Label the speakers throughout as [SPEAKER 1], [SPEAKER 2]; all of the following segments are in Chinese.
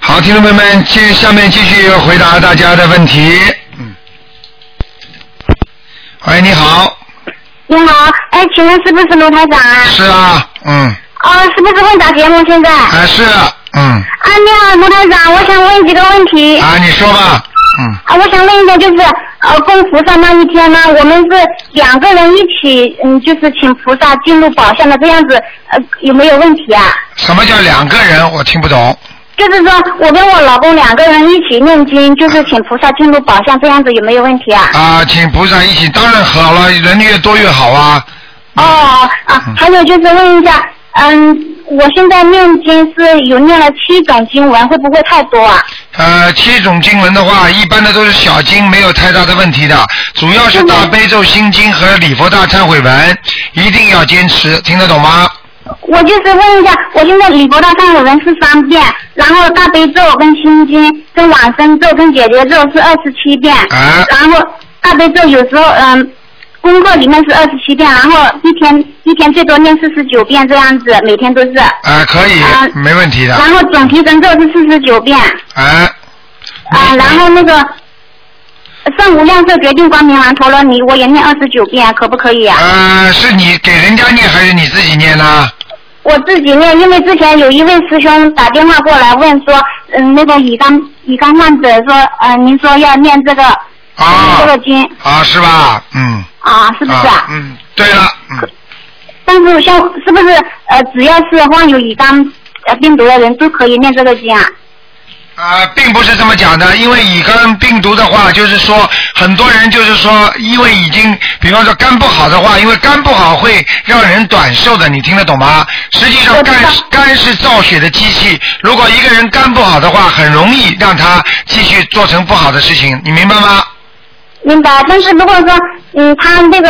[SPEAKER 1] 好，听众朋友们，接下面继续回答大家的问题。嗯。喂，你好，
[SPEAKER 2] 你好，哎，请问是不是卢台长啊？
[SPEAKER 1] 是啊，嗯，
[SPEAKER 2] 哦，是不是会打节目现在？啊，
[SPEAKER 1] 啊是啊，嗯，
[SPEAKER 2] 你好，卢台长，我想问几个问题。
[SPEAKER 1] 啊，你说吧，嗯，
[SPEAKER 2] 啊，我想问一个，就是呃，供菩萨那一天呢，我们是两个人一起，嗯，就是请菩萨进入宝箱的，这样子，呃，有没有问题啊？
[SPEAKER 1] 什么叫两个人？我听不懂。
[SPEAKER 2] 就是说，我跟我老公两个人一起念经，就是请菩萨进入宝箱，这样子有没有问题啊？
[SPEAKER 1] 啊，请菩萨一起，当然好了，人越多越好啊。嗯
[SPEAKER 2] 哦啊，还有就是问一下，嗯，我现在念经是有念了七种经文，会不会太多啊？
[SPEAKER 1] 呃，七种经文的话，一般的都是小经，没有太大的问题的，主要是大悲咒心经和礼佛大忏悔文，一定要坚持，听得懂吗？
[SPEAKER 2] 我就是问一下，我现在礼佛大忏悔文是三遍，然后大悲咒跟心经、跟往生咒、跟解结咒是二十七遍，
[SPEAKER 1] 啊
[SPEAKER 2] 然后大悲咒有时候嗯，功课里面是二十七遍，然后一天一天最多念四十九遍这样子，每天都是，
[SPEAKER 1] 啊，可以
[SPEAKER 2] 啊，
[SPEAKER 1] 没问题的
[SPEAKER 2] 然。后总提神咒是四十九遍，
[SPEAKER 1] 啊，
[SPEAKER 2] 啊，然后那个。圣无量寿决定光明王陀罗尼，我也念二十九遍，可不可以啊？
[SPEAKER 1] 呃，是你给人家念还是你自己念呢？
[SPEAKER 2] 我自己念，因为之前有一位师兄打电话过来问说，嗯，那个乙肝乙肝患者说，呃，您说要念这个、
[SPEAKER 1] 啊
[SPEAKER 2] 这个经
[SPEAKER 1] 啊，是吧？嗯。
[SPEAKER 2] 啊，是不是
[SPEAKER 1] 啊？嗯，对了，嗯，
[SPEAKER 2] 但是像是不是呃，只要是患有乙肝呃病毒的人都可以念这个经啊？
[SPEAKER 1] 啊、并不是这么讲的，因为乙肝病毒的话，就是说很多人就是说，因为已经，比方说肝不好的话，因为肝不好会让人短寿的，你听得懂吗？实际上
[SPEAKER 2] 我知
[SPEAKER 1] 肝
[SPEAKER 2] 道
[SPEAKER 1] 是肝是造血的机器，如果一个人肝不好的话，很容易让他继续做成不好的事情，你明白吗？
[SPEAKER 2] 明白。但是如果说嗯，他那个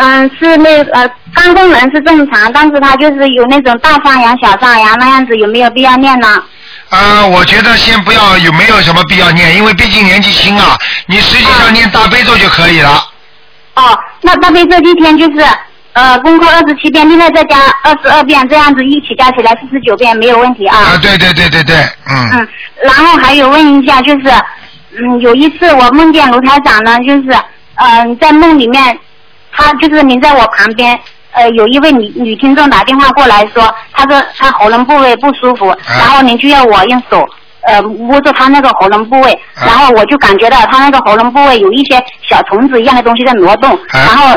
[SPEAKER 2] 嗯、是那呃肝功能是正常，但是他就是有那种大上扬、小上扬那样子，有没有必要念呢？
[SPEAKER 1] 啊、我觉得先不要，有没有什么必要念？因为毕竟年纪轻啊，你实际上念大悲咒就可以了。
[SPEAKER 2] 哦，那大悲咒一天就是呃功课二十七遍，另外再加二十二遍，这样子一起加起来四十九遍没有问题啊。
[SPEAKER 1] 啊，对对对对对，嗯。
[SPEAKER 2] 嗯，然后还有问一下，就是嗯，有一次我梦见卢台长呢，就是嗯、在梦里面，他就是您在我旁边。呃，有一位女女听众打电话过来说，她说她喉咙部位不舒服，然后您就要我用手呃摸住她那个喉咙部位，
[SPEAKER 1] 啊
[SPEAKER 2] 然后我就感觉到她那个喉咙部位有一些小虫子一样的东西在挪动，
[SPEAKER 1] 啊
[SPEAKER 2] 然后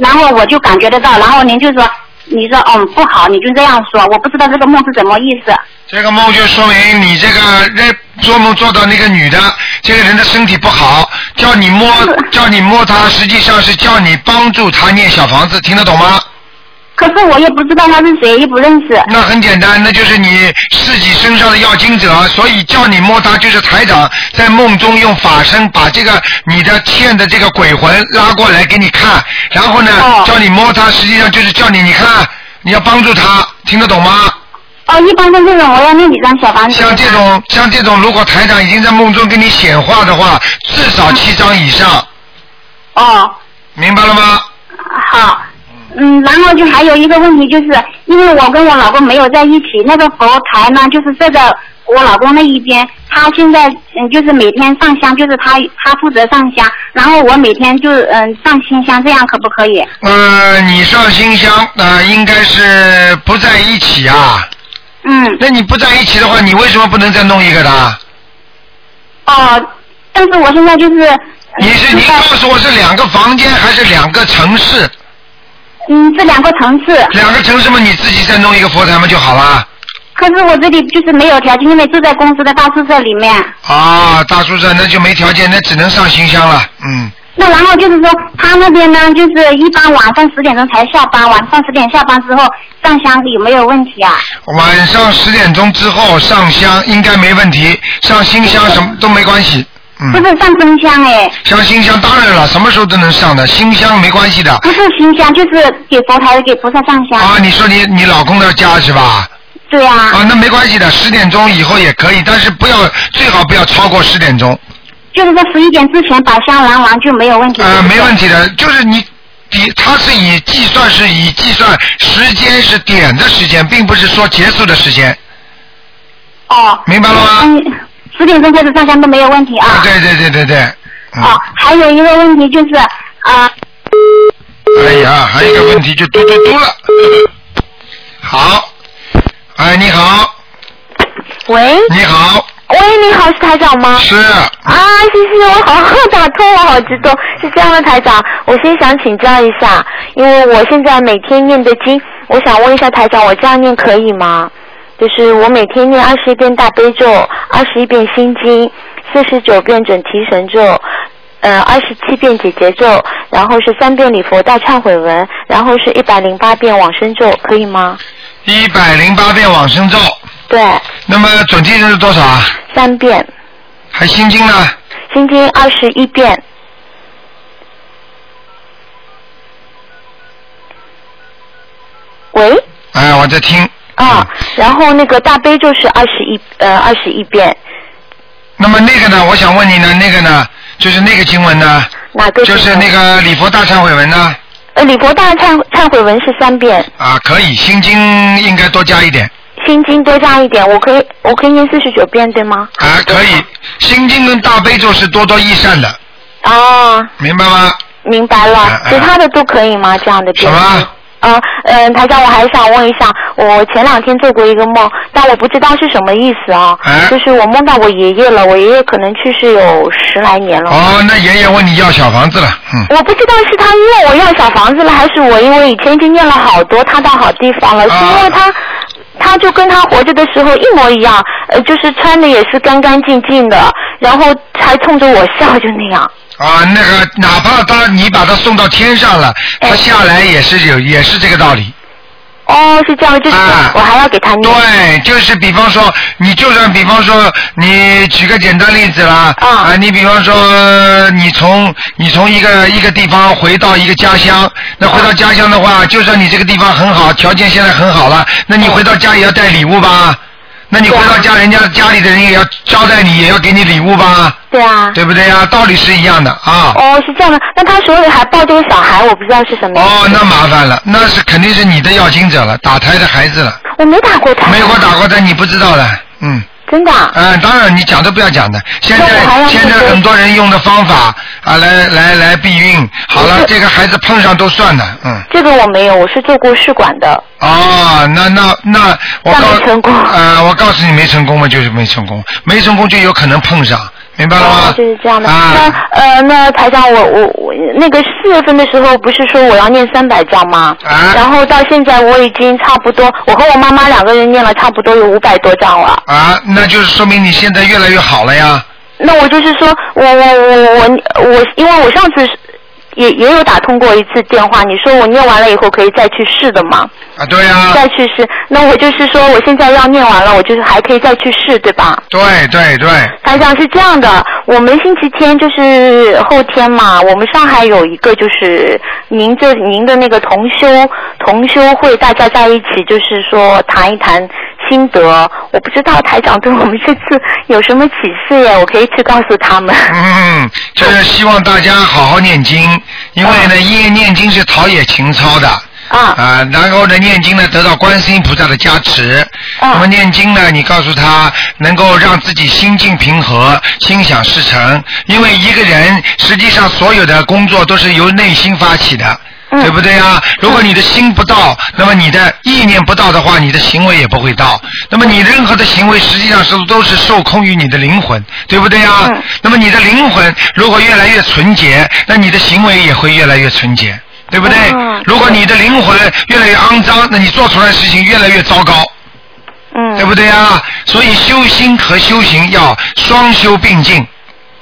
[SPEAKER 2] 然后我就感觉得到，然后您就说你说嗯不好，你就这样说，我不知道这个梦是什么意思。
[SPEAKER 1] 这个梦就说明你这个人做梦做到那个女的，这个人的身体不好，叫你 摸
[SPEAKER 2] 是
[SPEAKER 1] 叫你摸她，实际上是叫你帮助她念小房子，听得懂吗？
[SPEAKER 2] 可是我也不知道他是谁，也不认识。
[SPEAKER 1] 那很简单，那就是你自己身上的要经者，所以叫你摸她，就是台长在梦中用法身把这个你的欠的这个鬼魂拉过来给你看，然后呢
[SPEAKER 2] 哦
[SPEAKER 1] 叫你摸她，实际上就是叫你你看你要帮助她，听得懂吗？
[SPEAKER 2] 哦，一般像这种我要念几张小房子。
[SPEAKER 1] 像这种像这种，如果台长已经在梦中给你显化的话，至少七张以上，
[SPEAKER 2] 哦，
[SPEAKER 1] 明白了吗？
[SPEAKER 2] 好。嗯，然后就还有一个问题，就是因为我跟我老公没有在一起，那个佛台呢，就是设在我老公那一边。他现在嗯，就是每天上香，就是他他负责上香，然后我每天就嗯上新香，这样可不可以？
[SPEAKER 1] 呃，你上新乡，呃，应该是不在一起啊。
[SPEAKER 2] 嗯，
[SPEAKER 1] 那你不在一起的话，你为什么不能再弄一个的？啊
[SPEAKER 2] 哦，但是我现在就是嗯
[SPEAKER 1] 你是你告诉我是两个房间还是两个城市？
[SPEAKER 2] 嗯这两个层次，
[SPEAKER 1] 两个城市嘛，你自己再弄一个佛台嘛就好啦。
[SPEAKER 2] 可是我这里就是没有条件，因为住在公司的大宿舍里面。
[SPEAKER 1] 啊，大叔这那就没条件，那只能上新乡了。嗯，
[SPEAKER 2] 那然后就是说，他那边呢，就是一般晚上十点钟才下班，晚上十点下班之后上香有没有问题啊？
[SPEAKER 1] 晚上十点钟之后上香应该没问题，上新乡什么都没关系。嗯。
[SPEAKER 2] 不是上真香哎，
[SPEAKER 1] 上新香当然了，什么时候都能上的，新香没关系的。
[SPEAKER 2] 不是新香，就是给佛台给菩萨上香。
[SPEAKER 1] 啊，你说你你老公的家是吧？
[SPEAKER 2] 对呀、
[SPEAKER 1] 啊，那没关系的，十点钟以后也可以，但是不要最好不要超过十点钟，
[SPEAKER 2] 就是说十一点之前把香燃完就没有问题。
[SPEAKER 1] 呃，没问题的，就是你。你它是以计算是以计算时间是点的时间，并不是说结束的时间，
[SPEAKER 2] 哦。
[SPEAKER 1] 明白了吗
[SPEAKER 2] 嗯，十点钟开始上香都没有问题啊。
[SPEAKER 1] 啊，对对对对对，嗯，
[SPEAKER 2] 哦，还有一个问题就是，啊、
[SPEAKER 1] 哎呀，还有一个问题就嘟嘟嘟了。 好，哎，你好，
[SPEAKER 3] 喂，
[SPEAKER 1] 你好，
[SPEAKER 3] 喂，你好，是台长吗？
[SPEAKER 1] 是，
[SPEAKER 3] 啊，谢谢，我好好打通，我好激动。是这样的，台长，我先想请教一下，因为我现在每天念的经，我想问一下台长，我这样念可以吗？就是我每天念二十一遍大悲咒，二十一遍心经，四十九遍准提神咒，呃，二十七遍解结咒，然后是三遍礼佛大忏悔文，然后是一百零八遍往生咒，可以吗？
[SPEAKER 1] 一百零八遍往生咒，
[SPEAKER 3] 对，
[SPEAKER 1] 那么准提人是多少啊？
[SPEAKER 3] 三遍，
[SPEAKER 1] 还心经呢？
[SPEAKER 3] 心经二十一遍，喂，
[SPEAKER 1] 哎，我在听。
[SPEAKER 3] 啊，然后那个大悲咒是二十一呃二十一遍，
[SPEAKER 1] 那么那个呢？我想问你呢，那个呢，就是那个经文呢，
[SPEAKER 3] 哪个
[SPEAKER 1] 就是那个礼佛大忏悔文呢？
[SPEAKER 3] 呃礼佛大忏忏悔文是三遍，
[SPEAKER 1] 啊，可以，心经应该多加一点。
[SPEAKER 3] 心经多加一点，我可以我可以念四十九遍对吗？
[SPEAKER 1] 啊，可以，心经跟大悲咒是多多益善的，
[SPEAKER 3] 啊，
[SPEAKER 1] 明白吗？
[SPEAKER 3] 明白了
[SPEAKER 1] 哎，哎
[SPEAKER 3] 其他的都可以吗？这样的
[SPEAKER 1] 什
[SPEAKER 3] 遍数
[SPEAKER 1] 么？
[SPEAKER 3] 嗯嗯，台长，我还想问一下，我前两天做过一个梦，但我不知道是什么意思啊。
[SPEAKER 1] 哎
[SPEAKER 3] 就是我梦到我爷爷了，我爷爷可能去世有十来年了。
[SPEAKER 1] 哦，那爷爷问你要小房子了，嗯，
[SPEAKER 3] 我不知道是他因为我要小房子了，还是我因为以前已经念了好多，他到好地方了，
[SPEAKER 1] 啊
[SPEAKER 3] 是因为他。他就跟他活着的时候一模一样，呃，就是穿的也是干干净净的，然后还冲着我笑，就那样。
[SPEAKER 1] 啊，那个哪怕他你把他送到天上了，
[SPEAKER 3] 哎
[SPEAKER 1] 他下来也是有，也是这个道理。
[SPEAKER 3] 哦，是这样，就是
[SPEAKER 1] 啊
[SPEAKER 3] 我还要给他念。
[SPEAKER 1] 对，就是比方说，你就算比方说，你举个简单例子啦，
[SPEAKER 3] 啊
[SPEAKER 1] 你比方说，呃你从你从一个一个地方回到一个家乡，那回到家乡的
[SPEAKER 3] 啊
[SPEAKER 1] 话，就算你这个地方很好，条件现在很好了，那你回到家也要带礼物吧？那你回到家，人家家里的人也要招待你，也要给你礼物吧？
[SPEAKER 3] 对啊。
[SPEAKER 1] 对不对呀、道理是一样的啊。
[SPEAKER 3] 哦，是这样的，那他手里还抱着个小孩，我不知道是什么。
[SPEAKER 1] 哦，那麻烦了，那是肯定是你的要经者了，打胎的孩子了，
[SPEAKER 3] 我没打过他。
[SPEAKER 1] 没给我打过胎，你不知道的，嗯。
[SPEAKER 3] 真的啊、
[SPEAKER 1] 嗯，当然你讲都不要讲的。现
[SPEAKER 3] 那我还
[SPEAKER 1] 在
[SPEAKER 3] 要
[SPEAKER 1] 现在
[SPEAKER 3] 面对
[SPEAKER 1] 很多人用的方法啊，来来来避孕。好了，这个孩子碰上都算的，嗯。
[SPEAKER 3] 这个我没有，我是做过试管的。
[SPEAKER 1] 哦，那那那我
[SPEAKER 3] 那没成
[SPEAKER 1] 告
[SPEAKER 3] 功
[SPEAKER 1] 呃，我告诉你没成功嘛，就是没成功，没成功就有可能碰上，明白了吗？
[SPEAKER 3] 哦就是这样的。
[SPEAKER 1] 啊
[SPEAKER 3] 那呃，那台长，我我我那个四月份的时候不是说我要念三百章吗？然
[SPEAKER 1] 啊
[SPEAKER 3] 后到现在我已经差不多，我和我妈妈两个人念了差不多有五百多章了。
[SPEAKER 1] 啊，那就是说明你现在越来越好了呀。
[SPEAKER 3] 那我就是说，我我我我我，因为我上次是也也有打通过一次电话，你说我念完了以后可以再去试的嘛？
[SPEAKER 1] 啊，对呀、
[SPEAKER 3] 再去试，那我就是说，我现在要念完了，我就是还可以再去试，对吧？
[SPEAKER 1] 对对对，
[SPEAKER 3] 台长是这样的，我们星期天就是后天嘛，我们上海有一个就是您这您的那个同修同修会，大家在一起就是说谈一谈心得。我不知道台长对我们这次有什么启示耶，我可以去告诉 他们。
[SPEAKER 1] 嗯，就是希望大家好好念经，因为呢，因为念经是陶冶情操的。
[SPEAKER 3] 啊
[SPEAKER 1] 啊，然后呢，念经呢得到观世音菩萨的加持。
[SPEAKER 3] 啊
[SPEAKER 1] 那么念经呢，你告诉他能够让自己心境平和，心想事成。因为一个人实际上所有的工作都是由内心发起的。
[SPEAKER 3] 嗯
[SPEAKER 1] 对不对啊？如果你的心不到，那么你的意念不到的话，你的行为也不会到。那么你任何的行为实际上是都是受控于你的灵魂，对不对啊？
[SPEAKER 3] 嗯
[SPEAKER 1] 那么你的灵魂如果越来越纯洁，那你的行为也会越来越纯洁，对不对？
[SPEAKER 3] 嗯
[SPEAKER 1] 如果你的灵魂越来越肮脏，那你做出来的事情越来越糟糕，
[SPEAKER 3] 嗯，
[SPEAKER 1] 对不对啊？所以修心和修行要双修并进。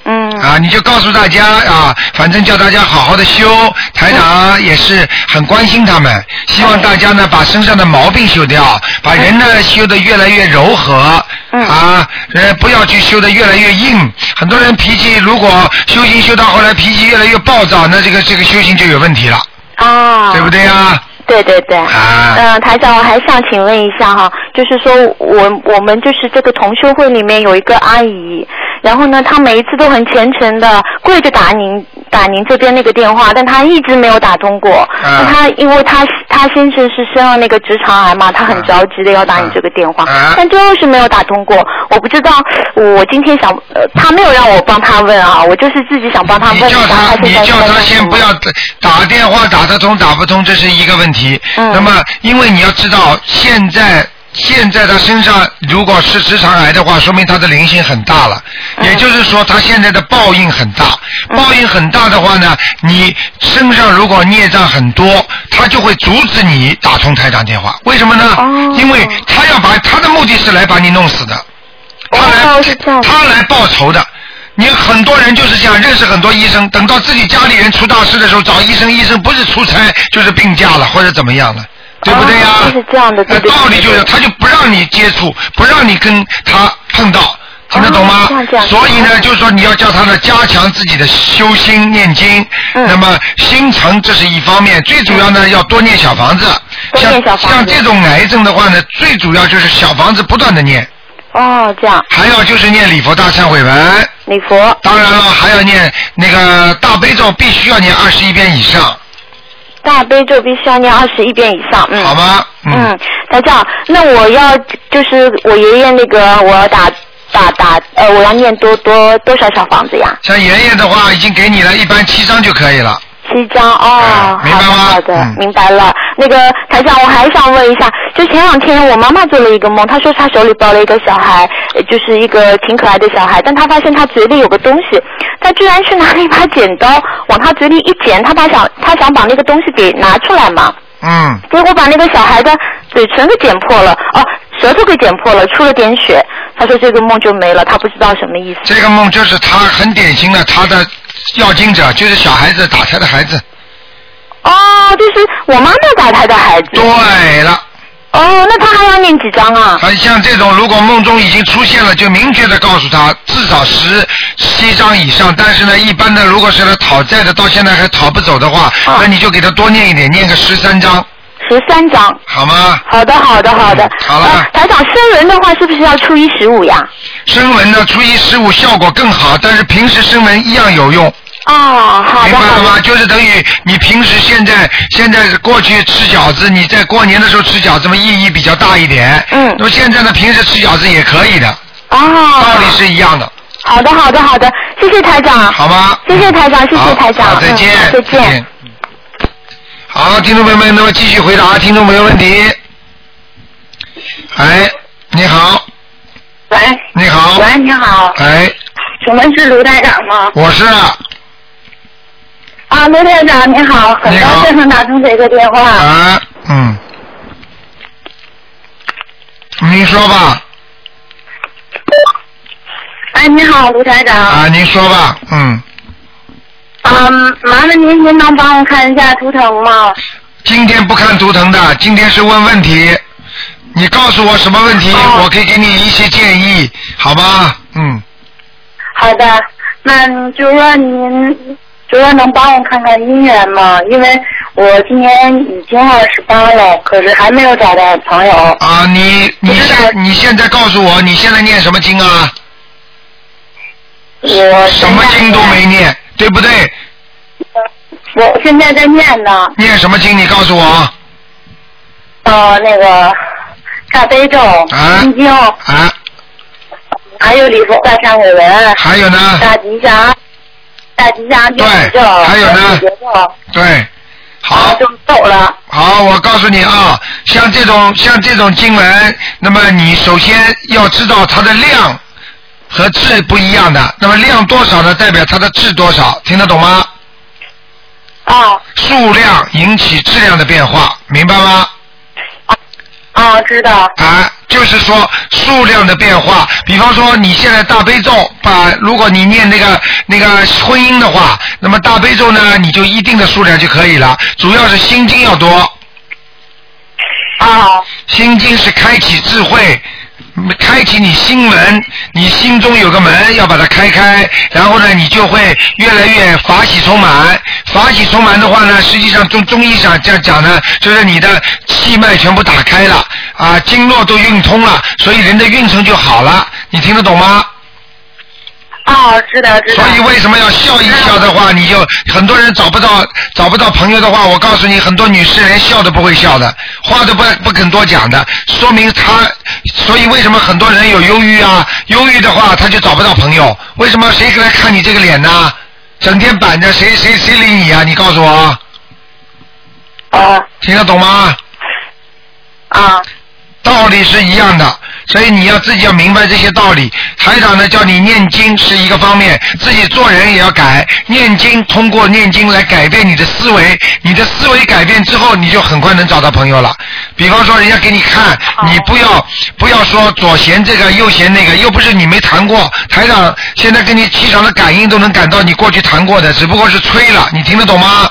[SPEAKER 3] 嗯
[SPEAKER 1] 啊，你就告诉大家啊，反正叫大家好好的修。台长啊
[SPEAKER 3] 嗯
[SPEAKER 1] 也是很关心他们，希望大家呢把身上的毛病修掉，把人呢修得越来越柔和。
[SPEAKER 3] 嗯
[SPEAKER 1] 啊，呃，不要去修得越来越硬。很多人脾气如果修行修到后来脾气越来越暴躁，那这个这个修行就有问题了，
[SPEAKER 3] 啊，
[SPEAKER 1] 对不对呀？
[SPEAKER 3] 对对对。
[SPEAKER 1] 啊
[SPEAKER 3] 嗯，台长，我还想请问一下哈，就是说我我们就是这个同修会里面有一个阿姨，然后呢，她每一次都很虔诚的跪着打您打您这边那个电话，但他一直没有打通过。
[SPEAKER 1] 啊
[SPEAKER 3] 他因为他他先生是生了那个直肠癌嘛，他很
[SPEAKER 1] 啊
[SPEAKER 3] 着急的要打你这个电话，
[SPEAKER 1] 啊
[SPEAKER 3] 但就是没有打通过。我不知道，我今天想，呃，他没有让我帮他问啊，我就是自己想帮他问
[SPEAKER 1] 你
[SPEAKER 3] 一
[SPEAKER 1] 叫
[SPEAKER 3] 下
[SPEAKER 1] 他，
[SPEAKER 3] 现
[SPEAKER 1] 你
[SPEAKER 3] 在
[SPEAKER 1] 叫
[SPEAKER 3] 在
[SPEAKER 1] 他
[SPEAKER 3] 干
[SPEAKER 1] 先
[SPEAKER 3] 什
[SPEAKER 1] 不
[SPEAKER 3] 么
[SPEAKER 1] 要打打电话打得通打不通，这是一个问题。
[SPEAKER 3] 嗯
[SPEAKER 1] 那么，因为你要知道，现在现在他身上如果是直肠癌的话，说明他的灵性很大了，
[SPEAKER 3] 嗯
[SPEAKER 1] 也就是说他现在的报应很大。
[SPEAKER 3] 嗯
[SPEAKER 1] 报应很大的话呢，你身上如果孽障很多，他就会阻止你打通台长电话。为什么呢？
[SPEAKER 3] 哦
[SPEAKER 1] 因为他要把他的目的是来把你弄死的。他来、
[SPEAKER 3] 哦是这样
[SPEAKER 1] 他来报仇的。你很多人就是这样，认识很多医生，等到自己家里人出大事的时候，找医生，医生不是出差就是病假了或者怎么样了，对不对呀、
[SPEAKER 3] 哦就是这样的对
[SPEAKER 1] 呃
[SPEAKER 3] 对
[SPEAKER 1] 道理就是
[SPEAKER 3] 对对
[SPEAKER 1] 他就不让你接触，不让你跟他碰到。听得懂吗
[SPEAKER 3] 哦这样这？样
[SPEAKER 1] 所以呢，
[SPEAKER 3] 哦
[SPEAKER 1] 就是说你要叫他呢加强自己的修心念经，
[SPEAKER 3] 嗯
[SPEAKER 1] 那么心诚这是一方面，最主要呢要多念小房子。
[SPEAKER 3] 多
[SPEAKER 1] 像
[SPEAKER 3] 念小房子
[SPEAKER 1] 像这种癌症的话呢，最主要就是小房子不断的念，
[SPEAKER 3] 哦，这样，
[SPEAKER 1] 还有就是念礼佛大忏悔文，
[SPEAKER 3] 礼佛
[SPEAKER 1] 当然了，还要念那个大悲咒，必须要念二十一遍以上，
[SPEAKER 3] 大悲咒必须要念二十一遍以上，嗯。
[SPEAKER 1] 好吗？
[SPEAKER 3] 嗯，台长，那我要就是我爷爷那个，我要打打打，呃，我要念多多多少小房子呀？
[SPEAKER 1] 像爷爷的话，已经给你了一般七张就可以了。
[SPEAKER 3] 七张哦，
[SPEAKER 1] 嗯明
[SPEAKER 3] 好
[SPEAKER 1] 白
[SPEAKER 3] 的
[SPEAKER 1] 吗
[SPEAKER 3] 好的，
[SPEAKER 1] 嗯
[SPEAKER 3] 明白了。那个台长，我还想问一下，就前两天我妈妈做了一个梦，她说她手里抱了一个小孩，呃就是一个挺可爱的小孩，但她发现她嘴里有个东西，她居然是拿了一把剪刀往她嘴里一剪，她把想她想把那个东西给拿出来嘛，
[SPEAKER 1] 嗯，
[SPEAKER 3] 结果把那个小孩的嘴唇给剪破了，哦，舌头给剪破了，出了点血。他说这个梦就没了，他不知道什么意思。
[SPEAKER 1] 这个梦就是他很典型的他的要经者，就是小孩子打胎的孩子。
[SPEAKER 3] 哦，就是我妈妈打他的孩子。
[SPEAKER 1] 对了，
[SPEAKER 3] 哦，那他还要念几张啊？
[SPEAKER 1] 他像这种如果梦中已经出现了，就明确的告诉他至少十七张以上。但是呢，一般的如果是来讨债的，到现在还讨不走的话，
[SPEAKER 3] 啊
[SPEAKER 1] 那你就给他多念一点，念个十三张，
[SPEAKER 3] 十三张。
[SPEAKER 1] 好吗？
[SPEAKER 3] 好的，好的，好的
[SPEAKER 1] 嗯。好了
[SPEAKER 3] 呃台长，生人的话是不是要初一十五呀？
[SPEAKER 1] 声纹呢，初一十五效果更好，但是平时声纹一样有用，
[SPEAKER 3] 哦，好
[SPEAKER 1] 明
[SPEAKER 3] 的，
[SPEAKER 1] 白了
[SPEAKER 3] 好
[SPEAKER 1] 吗？
[SPEAKER 3] 的。
[SPEAKER 1] 就是等于你平时现在现在是过去吃饺子，你在过年的时候吃饺子嘛，意义比较大一点。
[SPEAKER 3] 嗯
[SPEAKER 1] 那么现在呢，平时吃饺子也可以的，
[SPEAKER 3] 哦。
[SPEAKER 1] 道理是一样的，
[SPEAKER 3] 好的，好的，好的，谢谢台长。
[SPEAKER 1] 好吗？
[SPEAKER 3] 谢谢台长谢谢
[SPEAKER 1] 好
[SPEAKER 3] 台长
[SPEAKER 1] 好再见，
[SPEAKER 3] 嗯好再见
[SPEAKER 1] 嗯好，听众朋友们，那么继续回答听众朋友问题。哎，你好，
[SPEAKER 2] 喂
[SPEAKER 1] 你好，
[SPEAKER 2] 喂，你好，
[SPEAKER 1] 哎，
[SPEAKER 2] 请问是卢台长吗？
[SPEAKER 1] 我是啊
[SPEAKER 2] 啊，卢台长你好，很
[SPEAKER 1] 你好
[SPEAKER 2] 高兴能打通这个电话。
[SPEAKER 1] 啊，嗯，您说吧，
[SPEAKER 2] 哎，你好，卢台长。
[SPEAKER 1] 啊，您说吧，嗯，
[SPEAKER 2] 嗯，麻烦您，您能帮我看一下图腾吗？
[SPEAKER 1] 今天不看图腾的，今天是问问题，你告诉我什么问题，
[SPEAKER 2] 哦
[SPEAKER 1] 我可以给你一些建议，好吧？嗯，
[SPEAKER 2] 好的，那就说您，就说能帮我看看姻缘吗？因为我今年已经二十八了，可是还没有找到朋友。
[SPEAKER 1] 啊，你你
[SPEAKER 2] 不知道
[SPEAKER 1] 现你现在告诉我，你现在念什么经啊？
[SPEAKER 2] 我
[SPEAKER 1] 什么经都没念，对不对？
[SPEAKER 2] 我现在在念呢，
[SPEAKER 1] 念什么经？你告诉我啊
[SPEAKER 2] 呃，那个大悲咒、
[SPEAKER 1] 啊
[SPEAKER 2] 心经，
[SPEAKER 1] 啊。
[SPEAKER 2] 还有礼佛大忏悔文、
[SPEAKER 1] 还有呢？
[SPEAKER 2] 大吉祥、大吉祥天
[SPEAKER 1] 对
[SPEAKER 2] 使咒、
[SPEAKER 1] 还有呢
[SPEAKER 2] 天使咒，
[SPEAKER 1] 对，好
[SPEAKER 2] 啊，就够了。
[SPEAKER 1] 好，我告诉你啊，像这种像这种经文，那么你首先要知道它的量和质不一样的。那么量多少呢，代表它的质多少，听得懂吗？
[SPEAKER 2] 啊
[SPEAKER 1] 数量引起质量的变化，明白吗？
[SPEAKER 2] 啊，知道。
[SPEAKER 1] 啊，就是说数量的变化。比方说，你现在大悲咒，把如果你念那个那个婚姻的话，那么大悲咒呢，你就一定的数量就可以了。主要是心经要多，
[SPEAKER 2] 啊
[SPEAKER 1] 心经是开启智慧。嗯开启你心门，你心中有个门，要把它开开，然后呢，你就会越来越法喜充满。法喜充满的话呢，实际上中中医上这样讲呢，就是你的气脉全部打开了，啊，经络都运通了，所以人的运程就好了。你听得懂吗？
[SPEAKER 2] 啊
[SPEAKER 4] 哦，知道知道。
[SPEAKER 1] 所以为什么要笑一笑的话，你就很多人找不到找不到朋友的话，我告诉你，很多女士连笑都不会笑的，话都不不肯多讲的，说明她，所以为什么很多人有忧郁啊？忧郁的话，他就找不到朋友。为什么谁来看你这个脸呢、整天板着，谁谁谁理你啊？你告诉我啊，
[SPEAKER 2] 呃
[SPEAKER 4] 哦
[SPEAKER 1] 听得懂吗？
[SPEAKER 4] 啊
[SPEAKER 1] 道理是一样的，所以你要自己要明白这些道理。台长呢，叫你念经是一个方面，自己做人也要改。念经通过念经来改变你的思维，你的思维改变之后，你就很快能找到朋友了。比方说，人家给你看，你不要不要说左嫌这个右嫌那个，又不是你没谈过。台长现在跟你气场的感应都能感到你过去谈过的，只不过是吹了，你听得懂吗？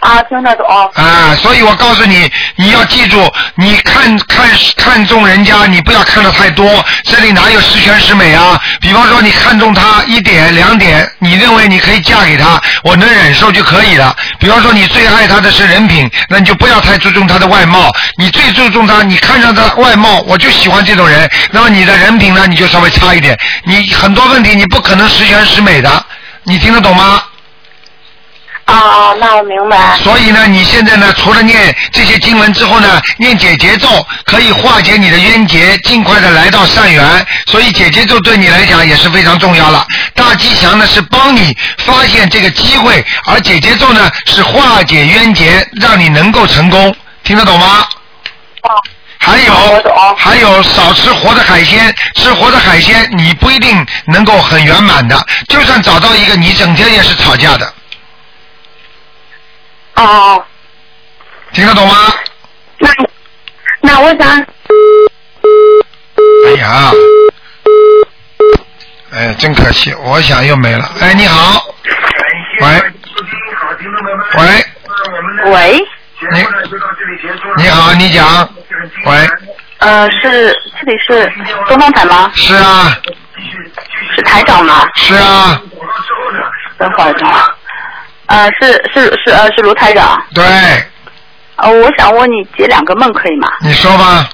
[SPEAKER 4] 啊，听得懂。
[SPEAKER 1] 啊，所以我告诉你，你要记住，你看看看中人家，你不要看的太多。这里哪有十全十美啊？比方说，你看中他一点两点，你认为你可以嫁给他，我能忍受就可以了。比方说，你最爱他的是人品，那你就不要太注重他的外貌。你最注重他，你看上他的外貌，我就喜欢这种人。那么你的人品呢，你就稍微差一点。你很多问题你不可能十全十美的，你听得懂吗？
[SPEAKER 4] 啊啊，那我明白。
[SPEAKER 1] 所以呢，你现在呢，除了念这些经文之后呢，念解结咒可以化解你的冤结，尽快的来到善缘。所以解结咒对你来讲也是非常重要了。大吉祥呢是帮你发现这个机会，而解结咒呢是化解冤结，让你能够成功。听得懂吗？
[SPEAKER 4] 啊
[SPEAKER 1] 还
[SPEAKER 4] 我
[SPEAKER 1] 有
[SPEAKER 4] 懂，
[SPEAKER 1] 还有少吃活的海鲜，吃活的海鲜你不一定能够很圆满的，就算找到一个，你整天也是吵架的，
[SPEAKER 4] 哦
[SPEAKER 3] Uh,
[SPEAKER 4] 哦，
[SPEAKER 1] 听得懂吗？
[SPEAKER 4] 那那我想
[SPEAKER 1] 哎呀，哎，真可惜，我想又没了。哎，你好，喂，喂，
[SPEAKER 4] 喂，
[SPEAKER 1] 你，你好，你讲，喂，
[SPEAKER 4] 呃，是这里是东方台吗？
[SPEAKER 1] 是啊，
[SPEAKER 4] 是台长吗？
[SPEAKER 1] 是啊，
[SPEAKER 4] 等会儿，等会儿。呃，是是是呃是卢台长，
[SPEAKER 1] 对，
[SPEAKER 4] 呃，我想问你解两个梦可以吗？
[SPEAKER 1] 你说吧，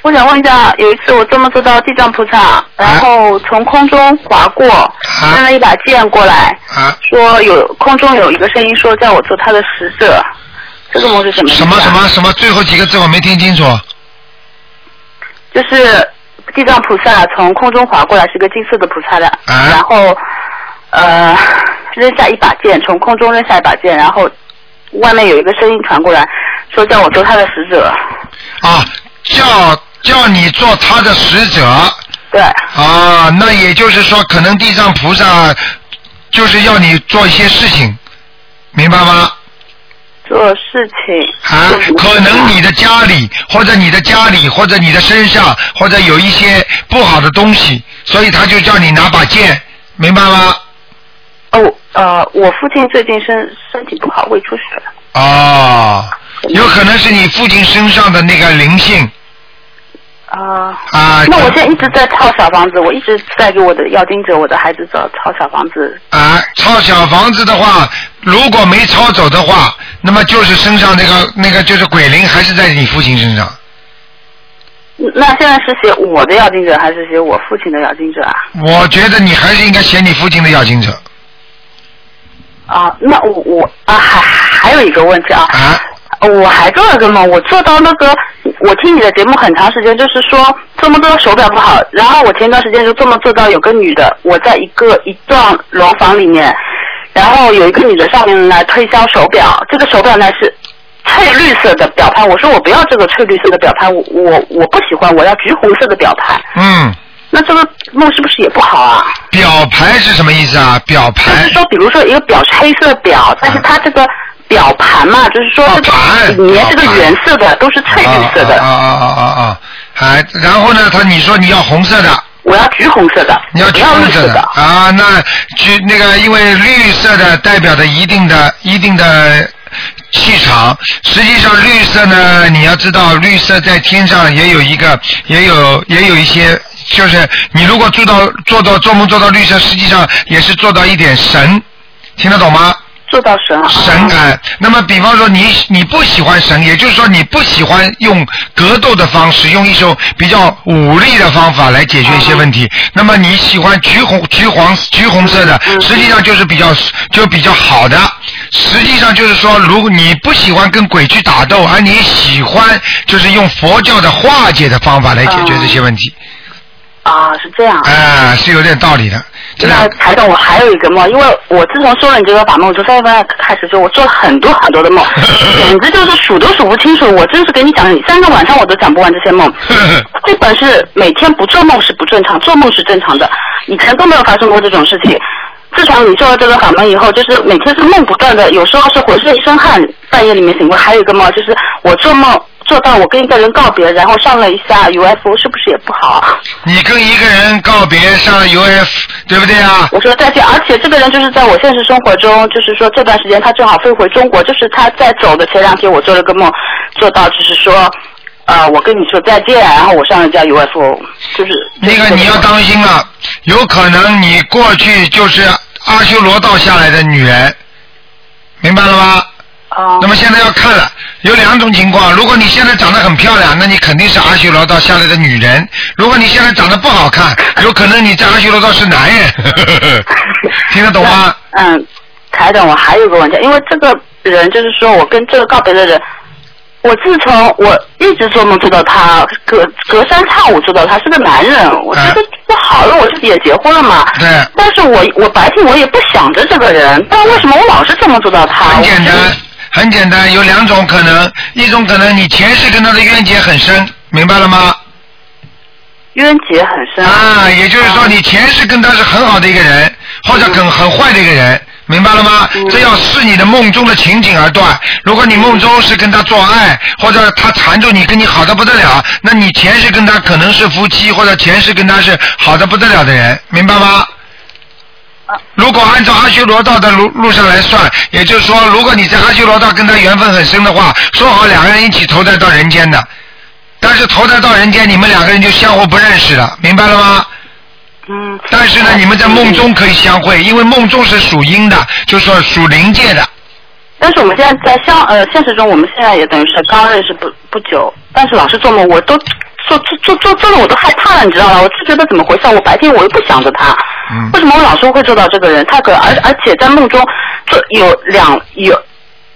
[SPEAKER 4] 我想问一下，有一次我做梦做到地藏菩萨，然后从空中划过，
[SPEAKER 1] 啊
[SPEAKER 4] 伸了一把剑过来，
[SPEAKER 1] 啊，
[SPEAKER 4] 说有空中有一个声音说叫我做他的使者，这个梦是什么意思
[SPEAKER 1] 什
[SPEAKER 4] 啊？
[SPEAKER 1] 么什么什么，最后几个字我没听清楚。
[SPEAKER 4] 就是地藏菩萨从空中划过来，是个金色的菩萨的，
[SPEAKER 1] 啊
[SPEAKER 4] 然后呃扔下一把剑，从空中扔下一把剑，然后外面有一个声音传过来，说叫我做他的使者。
[SPEAKER 1] 啊，叫叫你做他的使者
[SPEAKER 4] 对，
[SPEAKER 1] 啊，那也就是说，可能地藏菩萨就是要你做一些事情，明白吗？
[SPEAKER 4] 做事情
[SPEAKER 1] 啊
[SPEAKER 4] 做什，么
[SPEAKER 1] 可
[SPEAKER 4] 事情啊
[SPEAKER 1] 能你的家里或者你的家里或者你的身上或者有一些不好的东西，所以他就叫你拿把剑，明白吗？
[SPEAKER 4] 哦呃，我父亲最近身身体不好，胃出血了。
[SPEAKER 1] 哦，有可能是你父亲身上的那个灵性
[SPEAKER 4] 啊、
[SPEAKER 1] 啊。
[SPEAKER 4] 那我现在一直在抄小房子，我一直在给我的要经者、我的孩子找抄小房子。
[SPEAKER 1] 啊，抄小房子的话，如果没抄走的话，那么就是身上那个那个就是鬼灵还是在你父亲身上。
[SPEAKER 4] 那现在是写我的要经者还是写我父亲的要经者啊？
[SPEAKER 1] 我觉得你还是应该写你父亲的要经者
[SPEAKER 4] 啊，那我我啊还还有一个问题啊，
[SPEAKER 1] 啊。
[SPEAKER 4] 我还做了个梦，我做到那个，我听你的节目很长时间，就是说做梦做到手表不好，然后我前段时间就做梦做到有个女的，我在一个一幢楼房里面，然后有一个女的上面来推销手表，这个手表呢是。翠绿色的表盘，我说我不要这个翠绿色的表盘，我我我不喜欢，我要橘红色的表盘。
[SPEAKER 1] 嗯，
[SPEAKER 4] 那这个梦是不是也不好啊？
[SPEAKER 1] 表牌是什么意思啊？表
[SPEAKER 4] 就
[SPEAKER 1] 牌
[SPEAKER 4] 是说，比如说一个表是黑色的表，但是它这个表盘嘛，就是说这
[SPEAKER 1] 啊
[SPEAKER 4] 个
[SPEAKER 1] 盘
[SPEAKER 4] 里面这个
[SPEAKER 1] 啊盘
[SPEAKER 4] 原色的都是翠绿色
[SPEAKER 1] 啊
[SPEAKER 4] 的，
[SPEAKER 1] 啊啊啊啊啊！还然后呢？他你说你要红色的，
[SPEAKER 4] 我要橘红色的，
[SPEAKER 1] 你要
[SPEAKER 4] 不
[SPEAKER 1] 橘
[SPEAKER 4] 要绿
[SPEAKER 1] 红
[SPEAKER 4] 色
[SPEAKER 1] 的
[SPEAKER 4] 的。
[SPEAKER 1] 啊？那橘那个，因为绿色的代表着一定的一定的气场。实际上，绿色呢，你要知道，绿色在天上也有一个，也有也有一些。就是你如果做到做到做梦做到绿色，实际上也是做到一点神，听得懂吗？
[SPEAKER 4] 做到神啊。
[SPEAKER 1] 神感。那么，比方说你你不喜欢神，也就是说你不喜欢用格斗的方式，用一种比较武力的方法来解决一些问题。那么你喜欢橘红、橘黄、橘红色的，实际上就是比较就比较好的。实际上就是说，如果你不喜欢跟鬼去打斗，而你喜欢就是用佛教的化解的方法来解决这些问题，
[SPEAKER 4] 啊，是这样
[SPEAKER 1] 啊、。是有点道理的。这
[SPEAKER 4] 那
[SPEAKER 1] 两
[SPEAKER 4] 台长，我还有一个梦，因为我自从做了你这个法门，我从三月份开始就我做了很多很多 的梦，简直就是数都数不清楚。我真是跟你讲，三个晚上我都讲不完这些梦。 这本是每天不做梦是不正常，做梦是正常的，以前都没有发生过这种事情。自从你做了这个法门以后，就是每天是梦不断的，有时候是浑身一身汗，半夜里面醒过。还有一个梦就是我做梦做到我跟一个人告别，然后上了一下 UFO，是不是也不好啊？
[SPEAKER 1] 你跟一个人告别上了 UF，对不对啊？
[SPEAKER 4] 我说再见，而且这个人就是在我现实生活中，就是说这段时间他正好飞回中国，就是他在走的前两天，我做了个梦，做到就是说，呃，我跟你说再见，然后我上了架 UFO，就是
[SPEAKER 1] 那个你要当心了，有可能你过去就是阿修罗道下来的女人，明白了吗？
[SPEAKER 4] 啊
[SPEAKER 1] 那么现在要看了，有两种情况。如果你现在长得很漂亮，那你肯定是阿修罗道下来的女人；如果你现在长得不好 看，有可能你在阿修罗道是男人。 听得懂吗？
[SPEAKER 4] 嗯，台长，我还有个问题，因为这个人就是说我跟这个告别的人，我自从我一直做梦做到他，隔隔三差五做到他是个男人，我觉得
[SPEAKER 1] 嗯
[SPEAKER 4] 不好了，我自己也结婚了嘛。
[SPEAKER 1] 对
[SPEAKER 4] 但是我我白天我也不想着这个人，但为什么我老是做梦做到他？
[SPEAKER 1] 很简
[SPEAKER 4] 啊我觉
[SPEAKER 1] 单
[SPEAKER 4] 得，
[SPEAKER 1] 很简单，有两种可能，一种可能你前世跟他的冤结很深，明白了吗？
[SPEAKER 4] 冤结很深。
[SPEAKER 1] 啊，也就是说你前世跟他是很好的一个人，或者很很坏的一个人，明白了吗？这要视你的梦中的情景而断。如果你梦中是跟他做爱，或者他缠住你，跟你好的不得了，那你前世跟他可能是夫妻，或者前世跟他是好的不得了的人，明白吗？如果按照阿修罗道的路路上来算，也就是说，如果你在阿修罗道跟他缘分很深的话，说好两个人一起投胎到人间的，但是投胎到人间，你们两个人就相互不认识了，明白了吗？
[SPEAKER 4] 嗯。
[SPEAKER 1] 但是呢，你们在梦中可以相会，因为梦中是属阴的，就是说属灵界的。
[SPEAKER 4] 但是我们现在在相呃现实中，我们现在也等于是刚认识不不久，但是老是做梦，我都做做做做做的我都害怕了，你知道吗？我就觉得怎么回事？我白天我又不想着他，
[SPEAKER 1] 嗯
[SPEAKER 4] 为什么我老是会做到这个人？他可而而且在梦中做有两有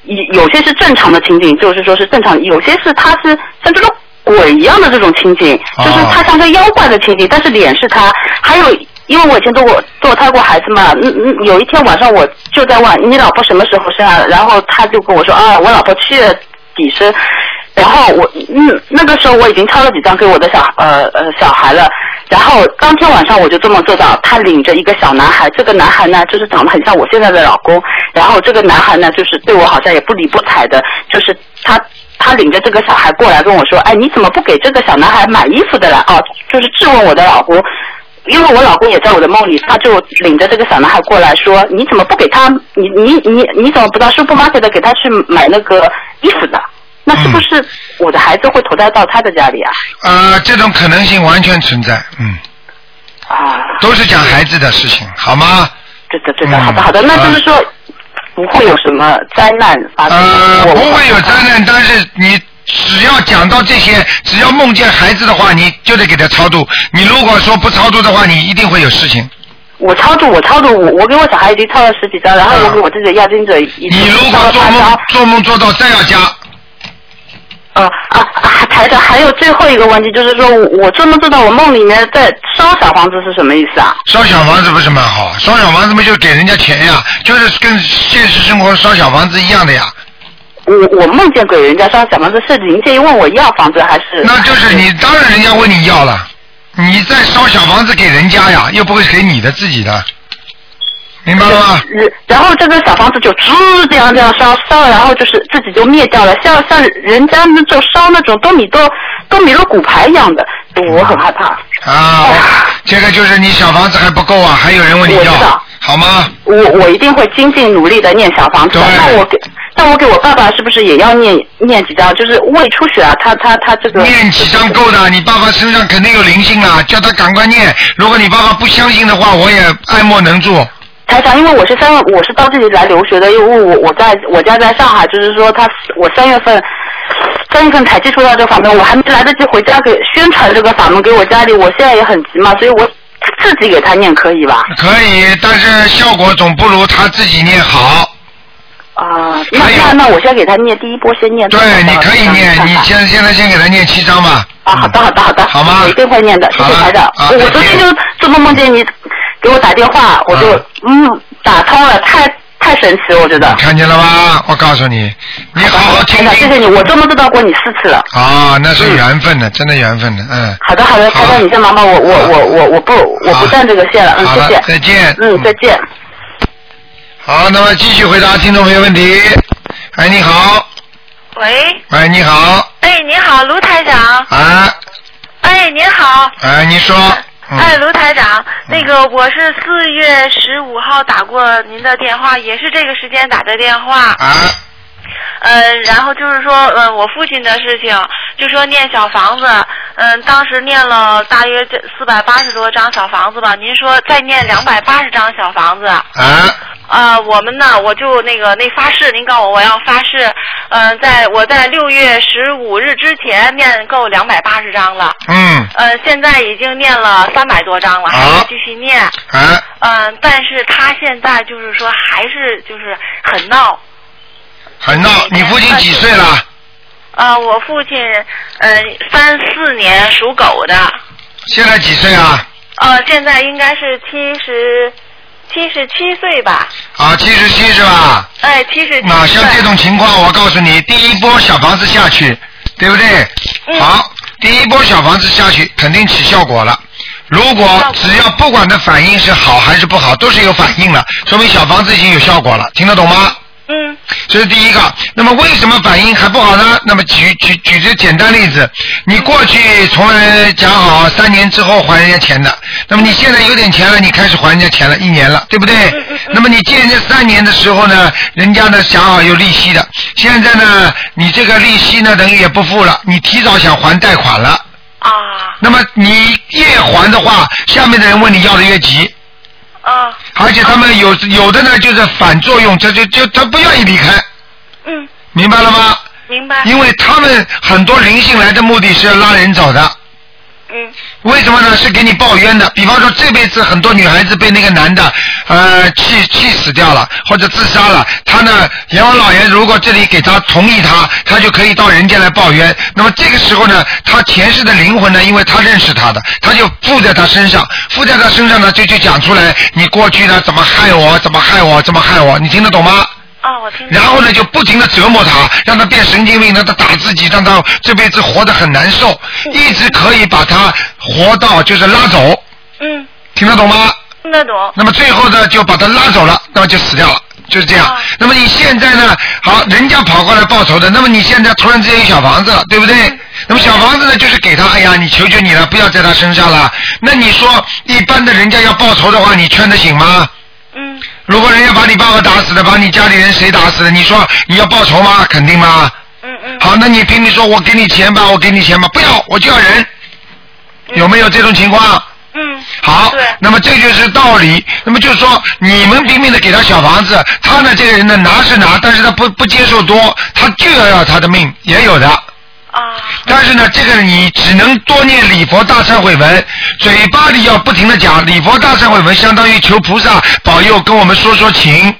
[SPEAKER 4] 有有些是正常的情景，就是说是正常，有些是他是像这种。鬼一样的这种情景，
[SPEAKER 1] 哦
[SPEAKER 4] 就是他像个妖怪的情景，但是脸是他。还有，因为我以前做过堕胎过孩子嘛，嗯嗯，有一天晚上我就在问你老婆什么时候生啊，然后他就跟我说啊，我老婆七月底生。然后我嗯，那个时候我已经抄了几张给我的小呃呃小孩了。然后当天晚上我就这么做到，他领着一个小男孩，这个男孩呢就是长得很像我现在的老公，然后这个男孩呢就是对我好像也不理不睬的，就是他他领着这个小孩过来跟我说，哎，你怎么不给这个小男孩买衣服的了？哦，就是质问我的老公。因为我老公也在我的哎梦里，他就领着这个小男孩过来说：“你怎么不给他？你你你你怎么不到 supermarket 给他去买那个衣服的？那是不是我的孩子会投胎到他的家里啊？”
[SPEAKER 1] 呃，这种可能性完全存在，嗯，
[SPEAKER 4] 啊，
[SPEAKER 1] 都是讲孩子的事情，好吗？
[SPEAKER 4] 对的对的，
[SPEAKER 1] 嗯
[SPEAKER 4] 好的好的，那就是说不会有什么灾难发生。
[SPEAKER 1] 呃，
[SPEAKER 4] 我
[SPEAKER 1] 不会有灾。难，但是你只要讲到这些，只要梦见孩子的话，你就得给他超度。你如果说不超度的话，你一定会有事情。
[SPEAKER 4] 我超度，我超度，我我给我小孩已经超了十几张，然后我给我自己的要经者已经
[SPEAKER 1] 啊你如
[SPEAKER 4] 超
[SPEAKER 1] 果
[SPEAKER 4] 了
[SPEAKER 1] 做
[SPEAKER 4] 八张
[SPEAKER 1] 梦做梦做到再要加，
[SPEAKER 4] 呃啊啊！台长，还有最后一个问题，就是说我我做梦做到我梦里面在烧小房子是什么意思啊？
[SPEAKER 1] 烧小房子不是蛮好？烧小房子不就给人家钱呀？就是跟现实生活烧小房子一样的呀。
[SPEAKER 4] 我我梦见给人家烧小房子，是您介意问我要房子还是？
[SPEAKER 1] 那就是你，当然人家问你要了，你再烧小房子给人家呀，又不会给你的自己的，明白了吗？
[SPEAKER 4] 然呃然后这个小房子就吱这样这样烧烧了，然后就是自己就灭掉了，像像人家那种烧那种东米豆东米露骨牌一样的，我很害怕。
[SPEAKER 1] 啊，我这个就是你小房子还不够啊，还有人问你
[SPEAKER 4] 我知
[SPEAKER 1] 要
[SPEAKER 4] 道，
[SPEAKER 1] 好吗？
[SPEAKER 4] 我我一定会精进努力的念小房子的
[SPEAKER 1] 对。
[SPEAKER 4] 那我给那我给我爸爸是不是也要念念几张？就是胃出血啊，他他他这个
[SPEAKER 1] 念几张够的，你爸爸身上啊肯定有灵性了，叫他赶快念。如果你爸爸不相信的话，我也爱莫能助。
[SPEAKER 4] 台长，因为我是三，我是到这里来留学的，因为我我在我家在上海，就是说他我三月份三月份才接触到这个法门，我还没来得及回家给宣传这个法门给我家里，我现在也很急嘛，所以我自己给他念可以吧？
[SPEAKER 1] 可以，但是效果总不如他自己念好。
[SPEAKER 4] 啊，那
[SPEAKER 1] 可以
[SPEAKER 4] 那那我先给他念第一波，先念多少
[SPEAKER 1] 嗯对，
[SPEAKER 4] 张
[SPEAKER 1] 你可以
[SPEAKER 4] 看
[SPEAKER 1] 念，
[SPEAKER 4] 看
[SPEAKER 1] 你现现在先给他念七章吧。
[SPEAKER 4] 啊，好的，好的，好的，
[SPEAKER 1] 好吗
[SPEAKER 4] 我一定会念的，谢
[SPEAKER 1] 好
[SPEAKER 4] 谢
[SPEAKER 1] 了
[SPEAKER 4] 台长。
[SPEAKER 1] 啊
[SPEAKER 4] 我我昨天就做梦梦见你给我打电话，我就、
[SPEAKER 1] 啊
[SPEAKER 4] 嗯打通了，太太神奇了，我觉得。
[SPEAKER 1] 看见了吧？我告诉你，你好好听
[SPEAKER 4] 台长，谢
[SPEAKER 1] 听。
[SPEAKER 4] 谢你，我做梦做到过你四次了。
[SPEAKER 1] 啊、那是缘分的，真的缘分的，嗯。
[SPEAKER 4] 好的，好的，
[SPEAKER 1] 好
[SPEAKER 4] 台长，你先忙吧，我我我我我不我不
[SPEAKER 1] 啊
[SPEAKER 4] 占这个线了，嗯，
[SPEAKER 1] 好
[SPEAKER 4] 谢
[SPEAKER 1] 了，
[SPEAKER 4] 谢，
[SPEAKER 1] 再见。
[SPEAKER 4] 嗯，再见。
[SPEAKER 1] 好，那么继续回答听众朋友问题。哎，你好，
[SPEAKER 5] 喂，
[SPEAKER 1] 喂，你好，
[SPEAKER 5] 哎，你好，卢台长。
[SPEAKER 1] 啊，
[SPEAKER 5] 哎，您好。
[SPEAKER 1] 哎，你说，嗯，
[SPEAKER 5] 哎，卢台长，那个我是四月十五号打过您的电话，也是这个时间打的电话。
[SPEAKER 1] 啊，
[SPEAKER 5] 嗯，然后就是说，嗯，我父亲的事情，就说念小房子，嗯，当时念了大约这四百八十多张小房子吧。您说再念两百八十张小房子，
[SPEAKER 1] 啊，
[SPEAKER 5] 呃，我们呢，我就那个那发誓，您告我我要发誓，嗯、在我在六月十五日之前念够两百八十章了，
[SPEAKER 1] 嗯，
[SPEAKER 5] 呃，现在已经念了三百多章了，还
[SPEAKER 1] 啊
[SPEAKER 5] 要继续念，
[SPEAKER 1] 啊，
[SPEAKER 5] 嗯、但是他现在就是说还是就是很闹，
[SPEAKER 1] 很闹，你父亲几岁了？
[SPEAKER 5] 呃，我父亲，呃，三四年属狗的，
[SPEAKER 1] 现在几岁啊？
[SPEAKER 5] 呃，现在应该是七十。七十七岁吧，
[SPEAKER 1] 啊，七十七是吧？
[SPEAKER 5] 哎，七十七
[SPEAKER 1] 那像这
[SPEAKER 5] 岁，
[SPEAKER 1] 种情况，我告诉你，第一波小房子下去，对不对？
[SPEAKER 5] 嗯
[SPEAKER 1] 好，第一波小房子下去肯定起效果了。如果只要不管它反应是好还是不好，都是有反应了，说明小房子已经有效果了，听得懂吗？
[SPEAKER 5] 嗯
[SPEAKER 1] 这是第一个。那么为什么反应还不好呢？那么举举举这简单例子，你过去从来讲好三年之后还人家钱的，那么你现在有点钱了，你开始还人家钱了，一年了，对不对？那么你借人家三年的时候呢，人家呢想好有利息的，现在呢你这个利息呢等于也不付了，你提早想还贷款了。
[SPEAKER 5] 啊
[SPEAKER 1] 那么你越还的话，下面的人问你要的越急，
[SPEAKER 5] 啊
[SPEAKER 1] 而且他们有有的呢就是反作用，这就就他不愿意离开，
[SPEAKER 5] 嗯，
[SPEAKER 1] 明白了吗？
[SPEAKER 5] 明 白。
[SPEAKER 1] 因为他们很多灵性来的目的是要拉人走的，
[SPEAKER 5] 嗯
[SPEAKER 1] 为什么呢？是给你报冤的。比方说这辈子很多女孩子被那个男的呃气气死掉了，或者自杀了，他呢阎王老爷如果这里给他同意他，他就可以到人间来报冤。那么这个时候呢，他前世的灵魂呢，因为他认识他的，他就附在他身上，附在他身上呢就就讲出来你过去呢怎么害我，怎么害我，怎么害我，你听得懂吗？
[SPEAKER 5] 啊，我听。
[SPEAKER 1] 然后呢，就不停的折磨他，让他变神经病，让他打自己，让他这辈子活得很难受，一直可以把他活到就是拉走，
[SPEAKER 5] 嗯，
[SPEAKER 1] 听得懂吗？
[SPEAKER 5] 听得懂。
[SPEAKER 1] 那么最后呢，就把他拉走了，那么就死掉了，就是这样
[SPEAKER 5] 啊。
[SPEAKER 1] 那么你现在呢，好，人家跑过来报仇的，那么你现在突然之间有小房子了，对不对？那么小房子呢，就是给他，哎呀，你求求你了，不要在他身上了。那你说，一般的人家要报仇的话，你劝得醒吗？
[SPEAKER 5] 嗯
[SPEAKER 1] 如果人家把你爸爸打死了，把你家里人谁打死了，你说你要报仇吗？肯定吗？
[SPEAKER 5] 嗯嗯。
[SPEAKER 1] 好，那你拼命说，我给你钱吧，我给你钱吧，不要，我就要人，有没有这种情况？
[SPEAKER 5] 嗯。
[SPEAKER 1] 好
[SPEAKER 5] 对，
[SPEAKER 1] 那么这就是道理。那么就是说，你们拼命的给他小房子，他呢这个人呢拿是拿，但是他不不接受多，他就要要他的命，也有的。
[SPEAKER 5] 啊
[SPEAKER 1] 但是呢，这个你只能多念礼佛大忏悔文，嘴巴里要不停的讲礼佛大忏悔文，相当于求菩萨保佑跟我们说说情。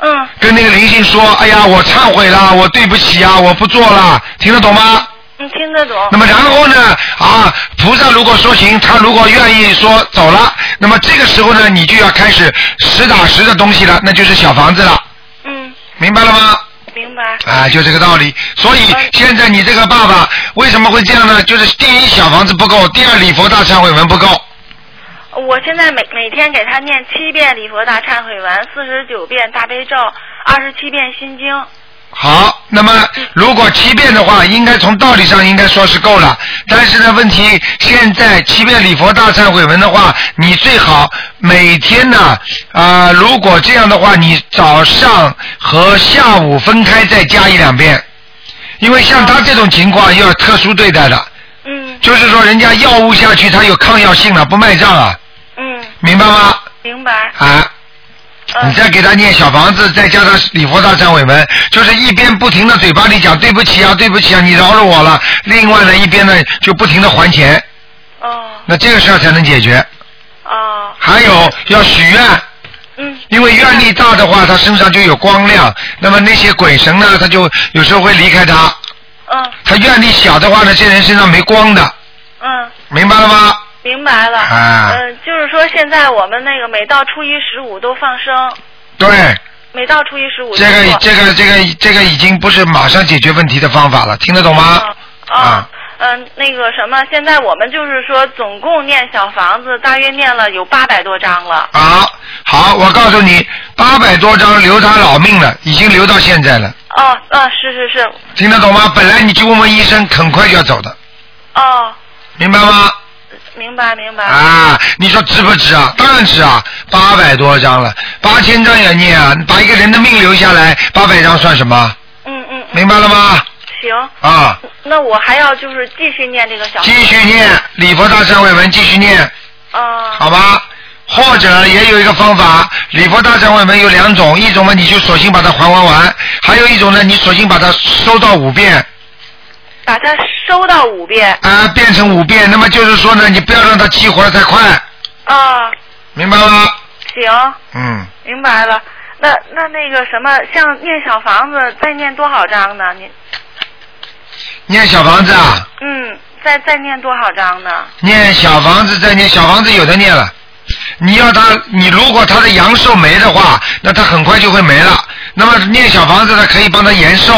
[SPEAKER 5] 嗯
[SPEAKER 1] 跟那个灵性说：“哎呀，我忏悔啦，我对不起啊，我不做了。”听得懂吗？
[SPEAKER 5] 嗯，听得懂。
[SPEAKER 1] 那么然后呢？啊，菩萨如果说行，他如果愿意说走了，那么这个时候呢，你就要开始实打实的东西了，那就是小房子了，
[SPEAKER 5] 嗯，
[SPEAKER 1] 明白了吗？
[SPEAKER 5] 明白。
[SPEAKER 1] 啊，就这个道理。所以现在你这个爸爸为什么会这样呢？就是第一小房子不够，第二礼佛大忏悔文不够。
[SPEAKER 5] 我现在每每天给他念七遍礼佛大忏悔文，四十九遍大悲咒，二十七遍心经。
[SPEAKER 1] 好，那么如果七遍的话，应该从道理上应该说是够了。但是呢，问题现在七遍礼佛大忏悔文的话，你最好每天呢，啊、如果这样的话，你早上和下午分开再加一两遍，因为像他这种情况要特殊对待的，
[SPEAKER 5] 嗯
[SPEAKER 1] 就是说人家药物下去，他有抗药性了，不卖账啊，
[SPEAKER 5] 嗯，
[SPEAKER 1] 明白吗？
[SPEAKER 5] 明白。
[SPEAKER 1] 啊，
[SPEAKER 5] 嗯
[SPEAKER 1] 你再给他念小房子，再加上礼佛大忏悔文，就是一边不停的嘴巴里讲对不起啊，对不起啊，你饶了我了。另外呢，一边呢就不停的还钱，
[SPEAKER 5] 哦
[SPEAKER 1] 那这个事儿才能解决。
[SPEAKER 5] 哦，
[SPEAKER 1] 还有要许愿，
[SPEAKER 5] 嗯
[SPEAKER 1] 因为愿力大的话，他身上就有光亮，那么那些鬼神呢，他就有时候会离开他。
[SPEAKER 5] 嗯
[SPEAKER 1] 他愿力小的话呢，这人身上没光的，
[SPEAKER 5] 嗯，
[SPEAKER 1] 明白了吗？
[SPEAKER 5] 明白了。
[SPEAKER 1] 啊
[SPEAKER 5] 嗯，就是说现在我们那个每到初一十五都放生，
[SPEAKER 1] 对，
[SPEAKER 5] 每到初一十五
[SPEAKER 1] 这
[SPEAKER 5] 都
[SPEAKER 1] 个
[SPEAKER 5] 做
[SPEAKER 1] 这个这个这个已经不是马上解决问题的方法了，听得懂吗？
[SPEAKER 5] 啊。啊嗯，那个什么，现在我们就是说，总共念小房子，大约念了有八百多张了。
[SPEAKER 1] 好，好，我告诉你，八百多张留他老命了，已经留到现在了，
[SPEAKER 5] 哦，嗯，是是是，
[SPEAKER 1] 听得懂吗？本来你去问问医生，很快就要走的，
[SPEAKER 5] 哦，
[SPEAKER 1] 明白吗？
[SPEAKER 5] 明白明白。
[SPEAKER 1] 啊，你说值不值啊？当然值啊，八百多张了，八千张也念啊，把一个人的命留下来，八百张算什么？
[SPEAKER 5] 嗯嗯嗯，
[SPEAKER 1] 明白了吗？
[SPEAKER 5] 行，
[SPEAKER 1] 啊，
[SPEAKER 5] 那我还要就是继续念这个小。
[SPEAKER 1] 继续念礼佛大忏悔文，继续念，
[SPEAKER 5] 啊、
[SPEAKER 1] 好吧？或者也有一个方法，礼佛大忏悔文有两种，一种嘛你就索性把它还完完，还有一种呢你索性把它收到五遍，
[SPEAKER 5] 把它收到五遍。
[SPEAKER 1] 啊、变成五遍，那么就是说呢，你不要让它激活的太快，
[SPEAKER 5] 啊、
[SPEAKER 1] 明白吗？
[SPEAKER 5] 行，
[SPEAKER 1] 嗯，
[SPEAKER 5] 明白了。那那那个什么，像念小房子，再念多少章呢？你
[SPEAKER 1] 念小房子啊，
[SPEAKER 5] 嗯，再再念多少章呢？
[SPEAKER 1] 念小房子再念小房子有的念了，你要他，你如果他的阳寿没的话，那他很快就会没了。那么念小房子呢，可以帮他延寿，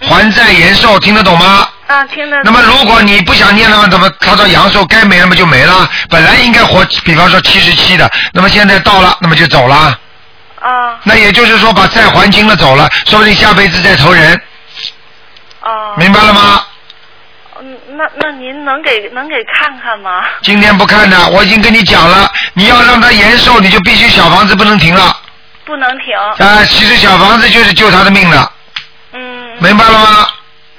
[SPEAKER 1] 还债延寿，听得懂吗？
[SPEAKER 5] 啊，听得
[SPEAKER 1] 那么如果你不想念的话，怎么他到阳寿该没了嘛就没了？本来应该活，比方说七十七的，那么现在到了，那么就走了。
[SPEAKER 5] 啊
[SPEAKER 1] 那也就是说把债还清了走了，说不定下辈子再投人。
[SPEAKER 5] 啊，
[SPEAKER 1] 明白了吗？
[SPEAKER 5] 嗯，那那您能给能给看看吗？
[SPEAKER 1] 今天不看的，我已经跟你讲了，你要让他延寿，你就必须小房子不能停了。
[SPEAKER 5] 不能停。
[SPEAKER 1] 啊、其实小房子就是救他的命的，
[SPEAKER 5] 嗯，
[SPEAKER 1] 明白了吗？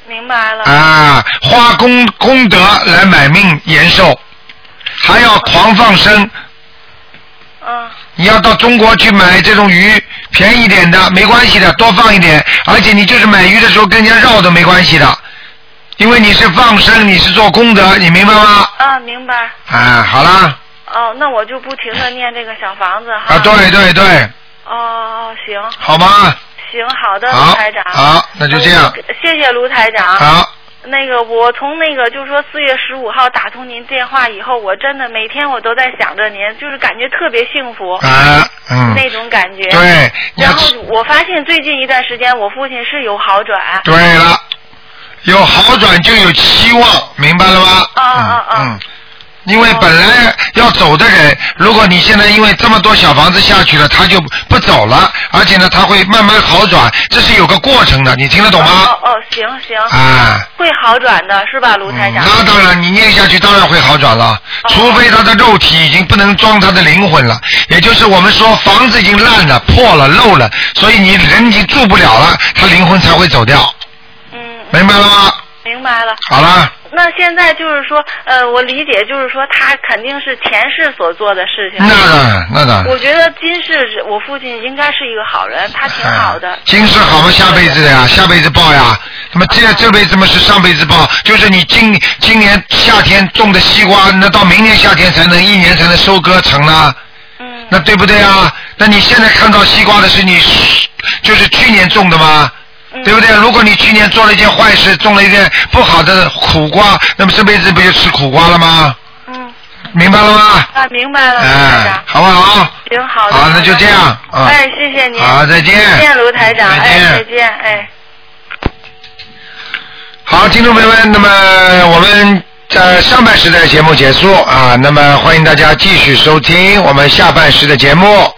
[SPEAKER 5] 明白了。
[SPEAKER 1] 啊，花功功德来买命延寿，还要狂放生。
[SPEAKER 5] 嗯
[SPEAKER 1] 你要到中国去买这种鱼，便宜一点的没关系的，多放一点。而且你就是买鱼的时候跟人家绕都没关系的，因为你是放生，你是做功德，你明白吗？
[SPEAKER 5] 啊，明白。
[SPEAKER 1] 啊，好啦，
[SPEAKER 5] 哦，那我就不停的念这个小房子哈。
[SPEAKER 1] 啊，对对对，
[SPEAKER 5] 哦哦，行
[SPEAKER 1] 好吗？
[SPEAKER 5] 行，好的，
[SPEAKER 1] 好
[SPEAKER 5] 卢台长。
[SPEAKER 1] 好那就这样
[SPEAKER 5] 嗯谢谢卢台长。
[SPEAKER 1] 好。
[SPEAKER 5] 那个，我从那个就是说四月十五号打通您电话以后，我真的每天我都在想着您，就是感觉特别幸福、
[SPEAKER 1] 啊，嗯，
[SPEAKER 5] 那种感觉。。
[SPEAKER 1] 对，你要
[SPEAKER 5] 然后我发现最近一段时间，我父亲是有好转。
[SPEAKER 1] 对了，有好转就有期望，明白了吗？
[SPEAKER 5] 啊啊啊
[SPEAKER 1] 嗯嗯，因为本来要走的人，如果你现在因为这么多小房子下去了，他就不走了，而且呢，他会慢慢好转，这是有个过程的，你听得懂吗
[SPEAKER 5] 哦？哦，行行，
[SPEAKER 1] 啊。
[SPEAKER 5] 会好转的哦是吧，卢
[SPEAKER 1] 嗯
[SPEAKER 5] 台长？
[SPEAKER 1] 那当然，你念下去当然会好转了，除非他的肉体已经不能装他的灵魂了，也就是我们说房子已经烂了、破了、漏了，所以你人已经住不了了，他灵魂才会走掉，
[SPEAKER 5] 嗯，
[SPEAKER 1] 明白了吗？
[SPEAKER 5] 明白了。
[SPEAKER 1] 好了，
[SPEAKER 5] 那现在就是说，呃，我理解就是说，他肯定是前世所做的事情。
[SPEAKER 1] 那当然，那当然
[SPEAKER 5] 哎我，觉得今世我父亲应该是一个好人，他挺好的嗯
[SPEAKER 1] 哎。今世好嘛，下辈子的呀，下辈子报呀。那么这这辈子嘛是上辈子报，就是你今今年夏天种的西瓜，那到明年夏天才能一年才能收割成呢，
[SPEAKER 5] 嗯
[SPEAKER 1] 那对不对啊？那你现在看到西瓜的是你就是去年种的吗？
[SPEAKER 5] 嗯
[SPEAKER 1] 对不对？如果你去年做了一件坏事，种了一件不好的苦瓜，那么这辈子不就吃苦瓜了吗？
[SPEAKER 5] 嗯，
[SPEAKER 1] 明白了吗？
[SPEAKER 5] 啊，明白了，卢台
[SPEAKER 1] 哎
[SPEAKER 5] 长，。
[SPEAKER 1] 好不好？
[SPEAKER 5] 行，好的。
[SPEAKER 1] 好那就这样啊
[SPEAKER 5] 哎，谢谢您。
[SPEAKER 1] 好，再见。
[SPEAKER 5] 再见，卢台长。
[SPEAKER 1] 再
[SPEAKER 5] 哎
[SPEAKER 1] 见，，
[SPEAKER 5] 再见，哎。
[SPEAKER 1] 好，听众朋友们，那么我们呃上半时的节目结束啊，那么欢迎大家继续收听我们下半时的节目。